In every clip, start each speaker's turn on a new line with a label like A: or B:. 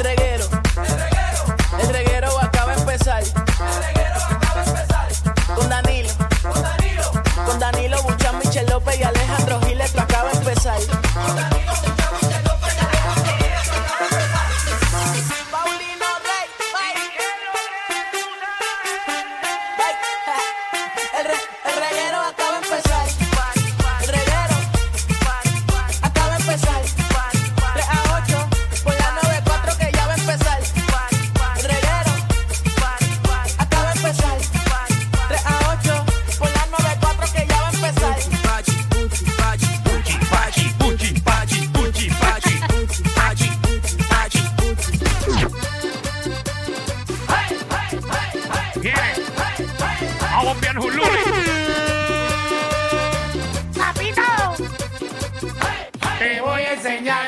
A: reguero. El reguero acaba de empezar. Con Danilo, con Danilo Buchan, Michel López y Alejandro Giles, esto acaba de empezar. Paulino Rey, Mike. El re- el reguero acaba de empezar. El reguero acaba de empezar. 3 a 8 por la 94 que ya va a empezar. El reguero acaba de empezar. 3 a 8 por la 94 que ya va a empezar.
B: Yeah. Vamos bien, Julio.
C: Papito,
B: Te voy a enseñar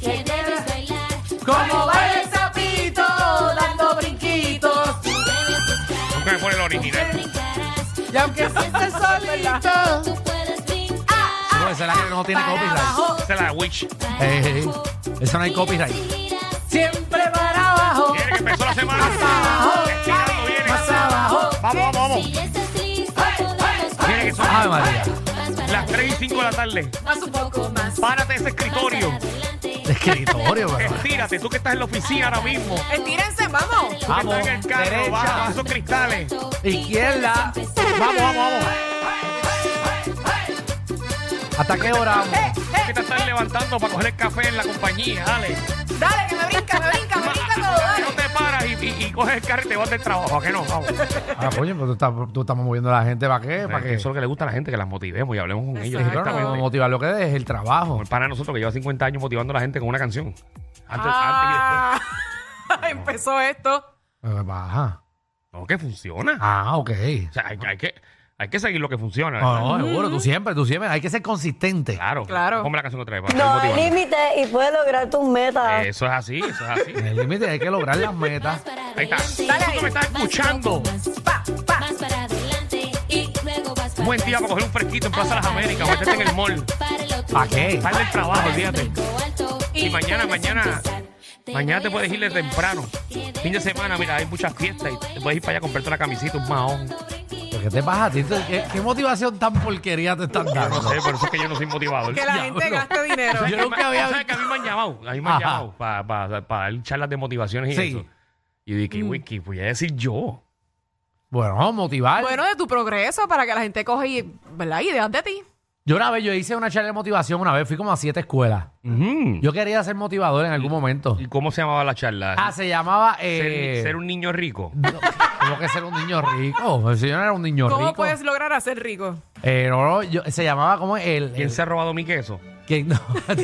C: que debes bailar,
B: cómo
A: Baila el sapito, dando brinquitos.
C: debes buscar,
B: Nunca me pone el original.
C: brincarás,
A: Y aunque se esté solito,
C: tú puedes brincar.
D: No, Pues esa es la que no tiene
A: para
D: copyright.
A: abajo,
B: Esa es la witch.
C: Para
D: Ey, ey,
C: abajo,
D: esa no hay
C: giras
D: copyright.
C: y giras,
A: siempre para
C: Oh.
A: abajo,
B: Viene que empezó la semana. Estirando, viene.
A: más abajo.
B: Vamos, vamos, vamos.
C: Si ya estás listo, podemos
B: Viene que son
D: Ave María.
C: Vas para
B: las 3 y
C: adelante,
B: 5 de la tarde.
A: Más un poco más.
B: Párate ese
C: vas
B: escritorio.
C: adelante,
D: Escritorio, pero.
B: Estírate, tú que estás en la oficina ahora mismo.
A: Estírense, vamos.
D: Vamos,
B: Estás en el carro,
D: derecha.
B: baja, baja esos cristales.
D: Izquierda.
B: Vamos, vamos, vamos.
D: ¿Hasta qué hora vamos?
A: Eh.
B: que te estás levantando para coger el café en la compañía, dale.
A: Dale, que me brinca, me brinca, me brinca todo.
B: No
A: Dale.
B: te paras y, y- y coges el carro y te vas del trabajo, ¿a que no? Vamos.
D: Ah, coño, pero tú estás, tú estás moviendo a la gente para qué, para
B: Porque
D: qué.
B: eso es lo que le gusta a la gente, que las motivemos y hablemos con ellos
D: Sí, pero
B: directamente.
D: no, motivar lo que es el trabajo.
B: Como el pana de nosotros que lleva 50 años motivando a la gente con una canción. Antes, antes
A: Ah, empezó esto.
D: Eh, Baja.
B: y después. No, que funciona.
D: Ah, ok.
B: O sea, hay, hay que, hay que seguir lo que funciona. ¿verdad?
D: No, no, seguro, tú siempre, tú siempre. Hay que ser consistente.
B: Claro.
A: Claro.
B: Ponme la canción otra vez para
E: No
B: seguir
E: hay límite
B: motivando.
E: y puedes lograr tus metas.
B: Eso es así, eso es así.
D: En el límite hay que lograr las metas.
C: Vas para
B: Ahí está.
C: adelante,
B: Dale ahí.
C: vas
B: Me estás
C: un
B: escuchando.
C: poco más,
A: Pa, pa.
C: Vas para adelante y luego vas para
B: Un buen día
C: atrás.
B: para coger un fresquito en Plaza Las Américas, meterte en el mall.
C: Para el otro
D: ¿Para
C: lado.
D: qué?
B: Sal del trabajo, olvídate.
C: Y, mañana, mañana,
B: Mañana te puedes ir de temprano. Fin de semana, mira, hay muchas fiestas y te puedes ir para allá a comprarte una camisita, un mahón.
D: ¿Por qué te pasa a ti? ¿Qué, qué motivación tan porquería te están
B: Yo
D: dando?
B: no sé, por eso es que yo no soy motivador.
A: Que la gente
D: Diablo.
A: gaste dinero.
D: Yo nunca había
B: ¿Sabes que a mí me han llamado? A mí me han
D: Ajá.
B: llamado para dar charlas de motivaciones y
D: Sí.
B: eso. Y dije, wiki, voy a decir yo.
D: Bueno, motivar.
A: Bueno, de tu progreso para que la gente coge y, ¿verdad? ideas de ti.
D: Yo una vez, yo hice una charla de motivación una vez, fui como a siete escuelas.
B: Ujú.
D: Yo quería ser motivador en algún momento.
B: ¿Y cómo se llamaba la charla?
D: Ah, se llamaba...
B: ser,
D: Eh,
B: ser un niño rico.
D: no, ¿Cómo que ser un niño rico? Si yo no era un niño
A: ¿Cómo
D: rico.
A: puedes lograr hacer rico?
D: Eh, no, no, yo- se llamaba como el...
B: ¿Quién
D: el-
B: se ha robado mi queso?
D: que- no.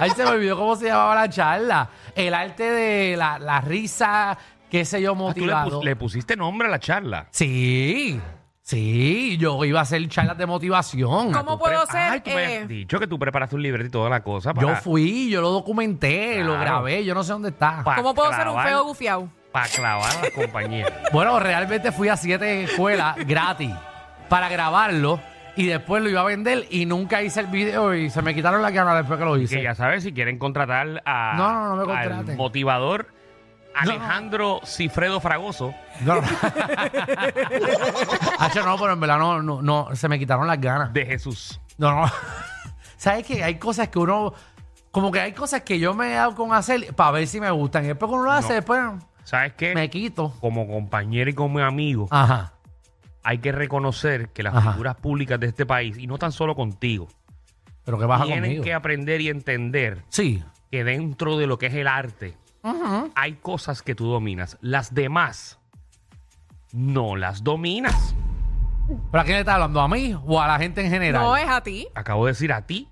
D: Ahí se me olvidó cómo se llamaba la charla. El arte de la, la risa, qué sé yo,
B: Ah, Tú le,
D: motivado.
B: pus- le pusiste nombre a la charla.
D: Sí, sí, yo iba a hacer charlas de motivación.
A: ¿Cómo
B: Tú
A: puedo
B: pre- Ay,
A: ser?
B: tú me habías
A: eh,
B: dicho que tú preparaste un libreto y toda la cosa.
D: Yo
B: Para,
D: fui, yo lo documenté, lo
B: Claro.
D: grabé, yo no sé dónde está.
B: para
A: ¿Cómo puedo ser un
B: clavar-
A: feo bufiado?
B: Para clavar a la compañía.
D: Bueno, realmente fui a siete escuelas gratis para grabarlo y después lo iba a vender y nunca hice el video y se me quitaron la cámara después que lo
B: que
D: hice.
B: ya sabes, si quieren contratar a,
D: No, no, no me
B: al
D: contraten.
B: motivador
D: No.
B: Alejandro Cifredo Fragoso.
D: No, no. Hacho, no, pero en verdad no, no, no, se me quitaron las ganas.
B: de Jesús.
D: No, no. ¿Sabes que Hay cosas que uno. Como que hay cosas que yo me he dado con hacer para ver si me gustan. Y después cuando uno lo hace,
B: No. Eh.
D: después
B: ¿Sabes qué?
D: me quito.
B: Como compañero y como amigo,
D: Ajá.
B: hay que reconocer que las
D: Ajá.
B: figuras públicas de este país, y no tan solo contigo,
D: Pero que baja
B: tienen
D: conmigo.
B: que aprender y entender
D: Sí.
B: que dentro de lo que es el arte, hay cosas que tú dominas. Las demás no las dominas.
D: ¿Pero a quién le estás hablando? ¿A mí o a la gente en general?
A: No es a ti.
B: Acabo de decir a ti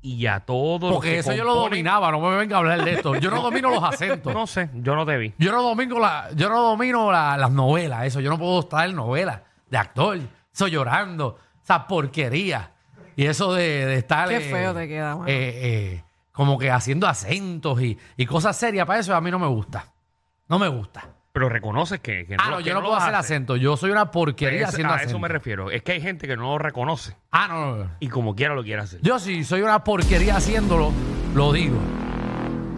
B: y a todos los
D: Porque
B: que
D: eso yo lo
B: componen-
D: dominaba, no me venga a hablar de esto. Yo no domino los acentos.
B: No sé, yo no te vi.
D: Yo no domino, la, yo no domino la- las novelas, eso. Yo no puedo estar en novelas de actor, soy llorando, esa porquería. Y eso de, de estar.
A: Qué feo te queda, mano.
D: eh, eh, como que haciendo acentos y, y cosas serias para eso, a mí no me gusta. No me gusta.
B: Pero reconoces que, que
D: Ah, no,
B: que
D: yo no
B: lo
D: puedo hacer
B: haces.
D: acento. Yo soy una porquería
B: Es-
D: haciendo
B: a
D: acento.
B: eso me refiero. Es que hay gente que no lo reconoce
D: Ah, no, no, no.
B: y como quiera lo quiere hacer.
D: Yo sí soy una porquería haciéndolo, lo digo.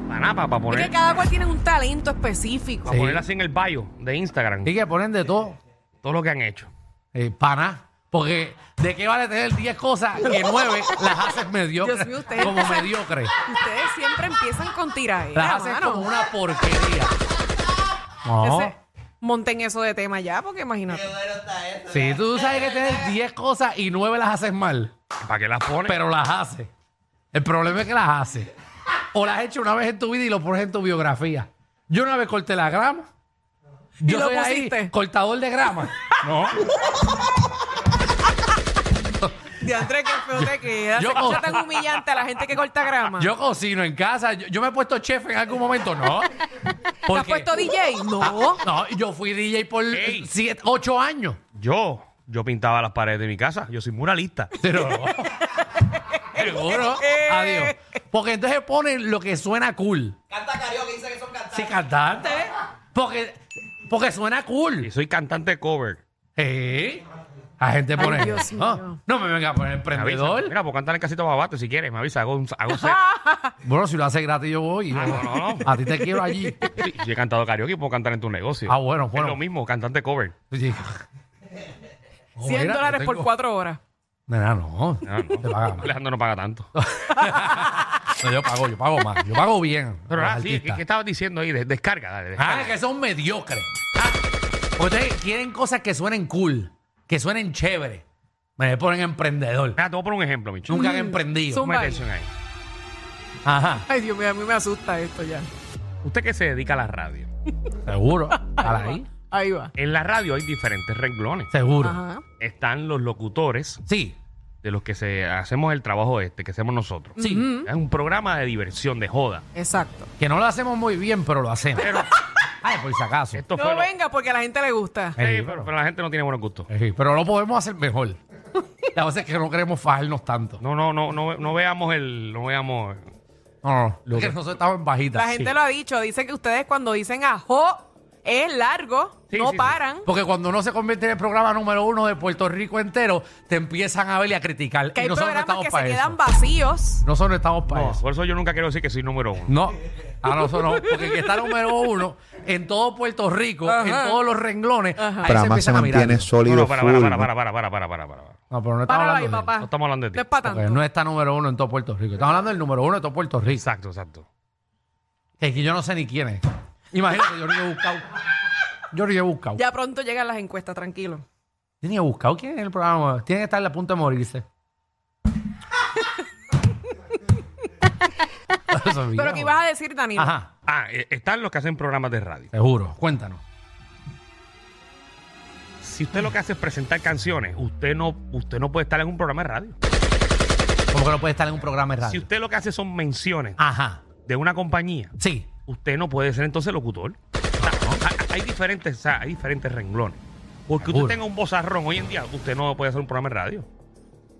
B: Para napa para
F: Es
B: poner,
F: que cada cual tiene un talento específico.
B: para poner así en el bio de Instagram.
D: Y que ponen de todo.
B: Todo lo que han hecho.
D: Eh, pana. Porque ¿de qué vale tener 10 cosas que 9 las haces mediocres?
F: Dios mío, ustedes-
D: como mediocre.
F: Ustedes siempre empiezan con
D: Las
F: tiraderas,
D: haces
F: mano.
D: como una porquería.
F: Entonces,
D: No.
F: monten eso de tema ya, porque imagínate.
D: Si tú sabes que tienes 10 cosas y 9 las haces mal,
B: ¿Para qué las pones?
D: pero las haces. El problema es que las haces. O las has hecho una vez en tu vida y lo pones en tu biografía. Yo una vez corté la grama. Yo
F: lo
D: soy ahí,
F: pusiste? Ah.
D: cortador de grama.
B: no.
F: De André, qué feo te queda.
D: yo-
F: Se escucha tan humillante a la gente que corta grama.
D: Yo cocino en casa. Yo, yo me he puesto chef en algún momento. No.
F: ¿Te
D: Porque-
F: has puesto DJ? No.
D: No, yo fui DJ por
B: Ey.
D: 8 ocho años.
B: Yo, yo pintaba las paredes de mi casa. Yo soy muralista.
D: Pero no. Seguro.
B: Eh.
D: Adiós. Porque entonces ponen lo que suena cool.
A: Canta karaoke, dice que son cantantes.
D: Sí, cantante. Porque, porque suena
B: Y
D: cool.
B: soy cantante de cover.
D: ¿Eh? La gente
F: Ay,
D: pone.
F: Dios
D: no,
F: mío.
D: no me venga a poner
B: Me avisa.
D: emprendedor.
B: Mira, pues cantar en casita babato si quieres. Me avisa. Hago un, hago un set.
D: Bueno, si lo hace gratis, yo voy.
B: Ah, no, no, no.
D: A ti te quiero allí.
B: Sí, yo he cantado karaoke puedo cantar en tu negocio.
D: Ah, bueno, bueno.
B: Es lo mismo, cantante cover.
D: Sí.
F: 100
D: Oh, Mira, yo
F: dólares por
D: tengo-
F: 4 horas.
D: Nena, no.
B: Ah, no.
D: Te pagan.
B: Alejandro no paga tanto.
D: No, yo pago, yo pago más. Yo pago bien.
B: Pero
D: los
B: ah, sí, ¿qué,
D: artistas.
B: qué estabas diciendo ahí? De- descarga, dale.
D: Ah,
B: descarga.
D: que son mediocres. Ah, ustedes quieren cosas que suenen cool, que suenen chévere. Me ponen emprendedor.
B: Mira, te voy a poner un ejemplo, Micho.
D: Nunca han emprendido.
F: son-
B: Ponme atención ahí.
D: Ajá,
F: Ay, Dios mío, a mí me asusta esto ya.
B: Usted que se dedica a la radio.
D: seguro. Para ahí,
F: Ahí va.
B: En la radio hay diferentes renglones.
D: seguro.
F: Ajá.
B: Están los locutores
D: Sí,
B: de los que se hacemos el trabajo este, que hacemos nosotros.
D: sí.
B: Es un programa de diversión, de joda.
F: Exacto.
D: Que no lo hacemos muy bien, pero lo hacemos.
B: Pero
D: Ay, por si acaso.
B: esto fue.
F: No
B: lo-
F: venga porque a la gente le gusta.
B: Sí,
D: Ey,
B: pero,
D: pero,
B: pero la gente no tiene buenos gustos.
D: ey, pero lo podemos hacer mejor. La cosa es que no queremos fajarnos tanto.
B: No, no, no, no, no veamos el. No veamos.
D: No, no, no.
B: Lo
D: Es que
B: que-
D: nosotros estamos en bajita.
F: La gente lo ha dicho. Dice que ustedes cuando dicen ajo es largo,
B: Sí,
F: no
B: sí, sí.
F: paran.
D: Porque cuando uno se convierte en el programa número uno de Puerto Rico entero, te empiezan a ver y a criticar. y
F: Que hay
D: nosotros no estamos
F: programas que se
D: para eso.
F: quedan vacíos.
D: Nosotros no estamos para
B: No,
D: eso.
B: por eso yo nunca quiero decir que soy número uno.
D: No, a nosotros no, porque el que está número uno en todo Puerto Rico,
F: Ajá.
D: en todos los renglones, ahí
G: Para
D: se
G: más se
D: empiezan a mirar.
G: mantiene sólido.
B: No, no, para, para,
G: full,
B: para,
G: ¿no?
B: para, para, para, para, para, para.
D: No, pero no estamos
F: Páralo
D: hablando
F: ahí,
D: de él,
F: papá.
B: No estamos hablando de ti.
F: No es para
D: porque
F: tanto.
D: no está número uno en todo Puerto Rico. Estamos hablando del número uno de todo Puerto Rico.
B: Exacto, exacto.
D: Que aquí yo no sé ni quién es. Imagínate, yo ni he buscado. Yo ni he buscado.
F: Ya pronto llegan las encuestas, tranquilo.
D: Yo ni he buscado quién es el programa. Tiene que estar a punto de morirse.
F: Pero que ibas a decir, Danilo.
D: Ajá,
B: Ah, eh, están los que hacen programas de radio.
D: seguro. Cuéntanos.
B: Si usted lo que hace es presentar canciones, usted no, usted no puede estar en un programa de radio.
D: Como que no puede estar en un programa de
B: Si
D: radio.
B: usted lo que hace son menciones
D: Ajá,
B: de una compañía,
D: sí.
B: usted no puede ser entonces locutor. O sea, hay- hay diferentes, o sea, hay diferentes renglones. Porque
D: Seguro.
B: usted tenga un bozarrón hoy en día, usted no puede hacer un programa de radio.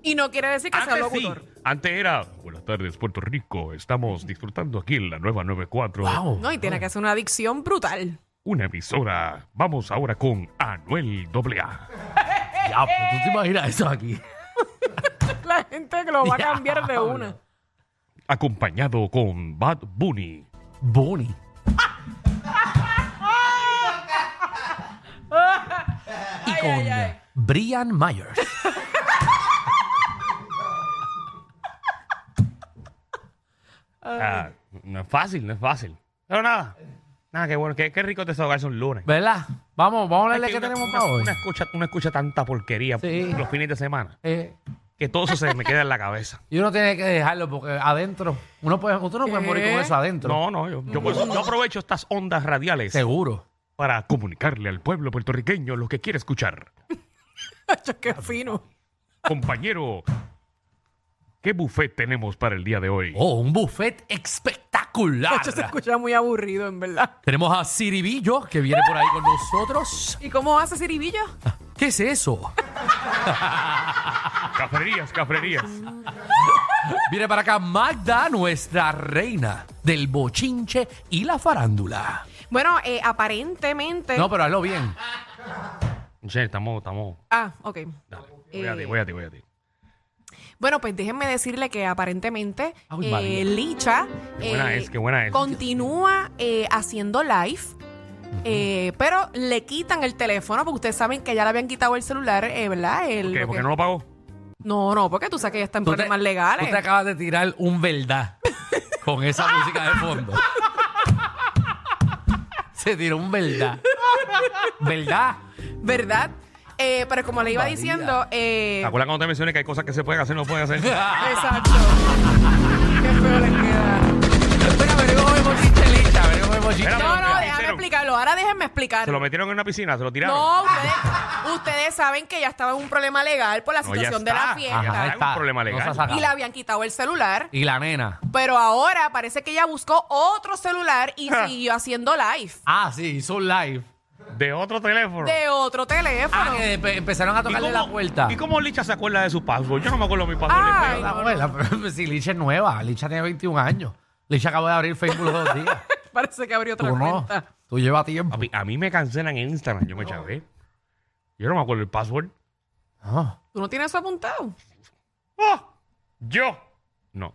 F: Y no quiere decir
D: Ah,
F: que sea
B: Antes sí.
F: Ah, locutor.
B: Antes era, buenas tardes, Puerto Rico. Estamos disfrutando aquí en la nueva 94.
D: Wow.
F: No, y tiene que hacer una adicción brutal.
B: Una emisora. Vamos ahora con Anuel AA.
D: Ya, pues, ¿tú te imaginas eso aquí?
F: La gente que lo va a cambiar de
D: Diablo.
F: una.
B: Acompañado con Bad Bunny.
D: Bunny. y con
F: ay, ay.
D: Brian Myers.
B: Ah, no es fácil, no es fácil. Pero nada. Nada, qué bueno. Qué, qué rico desahogarse un lunes.
D: ¿Verdad? Vamos, vamos a verle
B: Es
D: qué
B: que una-
D: tenemos
B: una-
D: para hoy.
B: Una escucha, una escucha tanta porquería
D: Sí.
B: los fines de semana
D: Eh,
B: que todo eso se me queda en la cabeza.
D: y uno tiene que dejarlo porque adentro. Uno puede, usted no puede
F: ¿Qué?
D: morir con eso adentro.
B: No, no, yo, yo por eso- yo aprovecho estas ondas radiales
D: Seguro.
B: para comunicarle al pueblo puertorriqueño lo que quiere escuchar.
F: Hacho, Qué fino.
B: Compañero, ¿qué buffet tenemos para el día de hoy?
D: Oh, un buffet espectacular.
F: Hacho, se escucha muy aburrido, en verdad.
D: Tenemos a Ciribillo que viene por ahí con nosotros.
F: ¿Y cómo hace Ciribillo?
D: ¿Qué es eso?
B: Cafrerías, cafrerías.
D: Viene para acá Magda, nuestra reina del bochinche y la farándula.
F: Bueno, eh, aparentemente.
D: No, pero hazlo bien.
B: Che, estamos, estamos.
F: Ah, ok.
B: Dale, voy a ti,
F: Eh.
B: voy a ti, voy a ti.
F: Bueno, pues déjenme decirle que aparentemente
D: Ay,
F: eh,
D: María.
F: Licha eh,
B: Qué buena es, qué buena es.
F: continúa eh, haciendo live. eh, pero le quitan el teléfono porque ustedes saben que ya le habían quitado el celular, eh, ¿verdad? El-
B: ¿Por qué?
F: lo
B: ¿Por
F: que-
B: qué no lo pagó?
F: no, no, porque tú sabes que ya está en
D: Tú te-
F: problemas
D: Tú te
F: legales.
D: acabas de tirar un verdad con esa música de fondo. Se tiró un verdad. ¿Verdad?
F: ¿Verdad? Eh, pero como le iba
D: María.
F: diciendo, eh,
B: ¿Te acuerdas cuando te mencioné que hay cosas que se pueden hacer y no pueden hacer?
F: exacto. Qué feo le queda.
D: Espera, venimos de bochinche lista, venimos de bochinche
B: Espérame.
D: lista.
F: No, no,
B: ¿Qué
F: déjame
B: hicieron?
F: explicarlo. Ahora déjenme
B: ¿Se lo
F: explicarlo.
B: metieron en una piscina? ¿Se lo tiraron?
F: No, ustedes, ustedes saben que ya estaba en un problema legal por la
B: No, ya
F: situación de
B: está.
F: la fiesta.
B: Ajá,
D: ahí
B: hay un problema
D: No se ha
B: legal.
D: sacado.
F: Y le habían quitado el celular.
D: Y la nena.
F: Pero ahora parece que ella buscó otro celular y siguió haciendo live
D: Ah, sí, hizo un live.
B: ¿De otro teléfono?
F: de otro
D: Ah,
F: teléfono.
D: que empe- empezaron a
B: ¿Y
D: tocarle
B: cómo-
D: la puerta.
B: ¿Y cómo Licha se acuerda de su password? Yo no me acuerdo de mi
F: Ay,
B: password.
F: no.
D: La abuela, pero si Licha es nueva, Licha tiene 21 años. Licha acaba de abrir Facebook los dos días.
F: Parece que abrió otra
D: Tú no,
F: cuenta.
D: tú llevas tiempo.
B: Papi, a mí me cancelan en Instagram. Yo me chavé. Yo no me acuerdo el password.
D: No,
F: ¿Tú no tienes eso apuntado?
B: ¡Oh! Yo. No.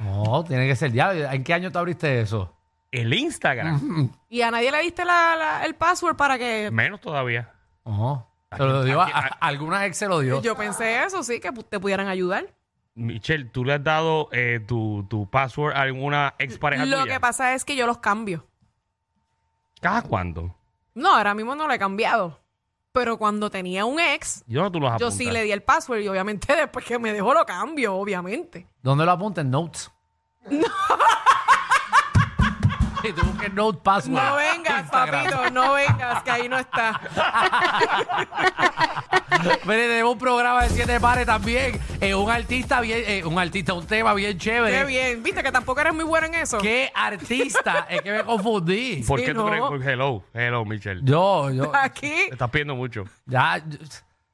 D: no, tiene que ser ya. ¿En qué año te abriste eso?
B: El Instagram.
F: Y a nadie le diste la- la- el password para
D: Mm,
F: que...
B: Menos todavía.
D: No. Se lo dio a, a- alguna ex se lo dio.
F: Yo pensé eso, sí, que pu- te pudieran ayudar.
B: Michelle, ¿tú le has dado eh, tu, tu password a alguna expareja
F: Lo
B: tuya?
F: que pasa es que yo los cambio.
B: ¿Cada cuándo?
F: No, ahora mismo no lo he cambiado. Pero cuando tenía un ex,
B: Yo no tú los
F: yo
B: apuntas.
F: sí le di el password y obviamente después que me dejó lo cambio, obviamente.
D: ¿Dónde lo apuntas? Notes. No. y tú busques Note Password.
F: No vengas,
D: Instagram.
F: papito, no vengas, que ahí no está.
D: Mire, tenemos un programa de siete pares también. Eh, un artista bien, eh, un artista, un tema bien chévere.
F: Qué bien, viste que tampoco eres muy bueno en eso.
D: ¿Qué artista? es que me confundí.
B: ¿Por
F: Sí,
B: qué
F: no.
B: tú crees? Hello, hello, Michelle.
D: Yo, yo,
F: Aquí,
B: Te estás pidiendo mucho.
D: ya, yo-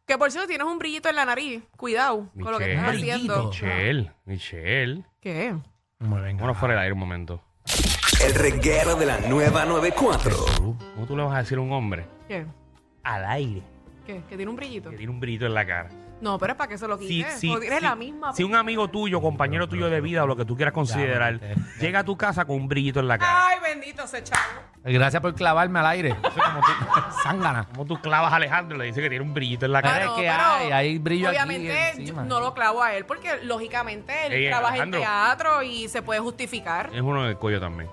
F: que por cierto tienes un brillito en la nariz. Cuidado con lo que estás
B: Michelle.
F: haciendo.
B: Michelle, Michelle.
F: ¿Qué?
D: No me venga.
B: Vámonos fuera del aire un momento.
G: El reguero de la nueva 94.
B: ¿Cómo tú le vas a decir a un hombre
F: ¿Qué?
B: al aire
F: ¿Qué? ¿Que tiene un brillito?
B: que tiene un brillito en la cara?
F: No, pero es para que se lo
B: Si,
F: quites.
B: si-
F: o tienes
B: si-
F: pues, la misma.
B: si un amigo tuyo, compañero tuyo de vida o lo que tú quieras considerar, llega a tu casa con un brillito en la cara.
F: Ay, bendito ese chavo.
D: Gracias por clavarme al aire. Sangana.
B: ¿Cómo tú clavas a Alejandro y le dices que tiene un brillito en la
D: Pero
B: cara?
D: es que hay- hay brillo aquí
F: Obviamente yo
D: encima.
F: no lo clavo a él porque lógicamente él
B: Ey,
F: trabaja
B: Alejandro.
F: en teatro y se puede justificar.
B: Es uno del cuello también.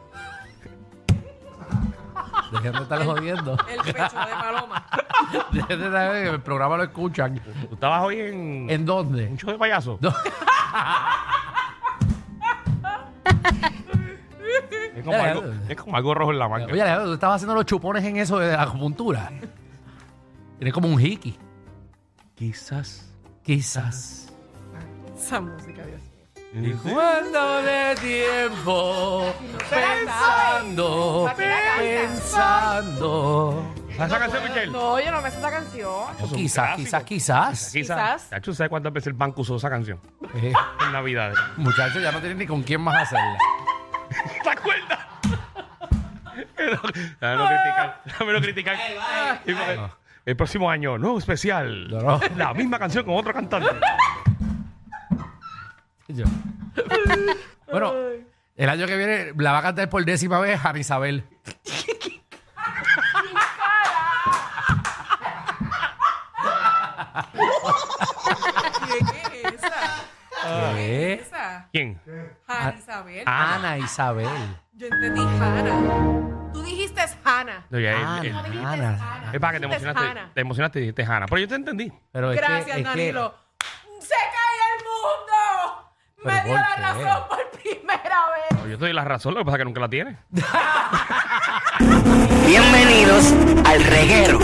D: Dejen de estar jodiendo.
F: El pecho de paloma.
D: Dejen de estar- el programa lo escuchan.
B: ¿Tú estabas hoy en,
D: ¿En
B: un
D: dónde?
B: show de payaso?
D: No.
B: es, como algo, es como algo rojo en la manga.
D: Oye, Alejandro, tú estabas haciendo los chupones en eso de la acupuntura. Tienes como un hiki.
B: Quizás.
D: Quizás.
F: Esa música, Dios.
D: Cuando de tiempo pensando,
F: ¿Para qué la cantas?
D: pensando.
B: ¿Sabes esa canción, Michelle?
F: No, yo no me sé esa canción.
B: Eso es un
D: Quizás,
B: clásico.
D: quizás, quizás.
F: Quizás.
B: Tacho, ¿sabes cuántas veces el banco usó esa canción?
D: Eh,
B: En Navidad.
D: Muchachos, ya no tienen ni con quién más hacerla.
B: ¿Te acuerdas? Pero- Déjame no criticar. Déjame no criticar. Y porque- El próximo año, nuevo especial.
D: No, no.
B: La misma canción con otro cantante.
D: Yo. bueno, el año que viene la va a cantar por décima vez Ana Isabel.
F: ¿Qué es esa? ¿Qué es esa?
B: ¿Quién?
F: Hanna Isabel.
D: Ana Isabel.
F: Yo entendí Hanna. Tú dijiste Hanna.
B: No, ya, el- el-
D: Ana,
F: dijiste
B: es
D: Ana.
B: para que te
F: Dijiste
B: emocionaste.
F: Hanna.
B: Te emocionaste y dijiste Hanna. Pero yo te entendí.
D: Pero es que-
F: Gracias,
D: es que-
F: Danilo. ¡Se cae el mundo!
D: ¿Pero
F: Me dio
D: por
F: la
D: qué?
F: razón por primera vez.
B: Pero Yo te doy la razón, lo que pasa es que nunca la tienes.
G: Bienvenidos al reguero.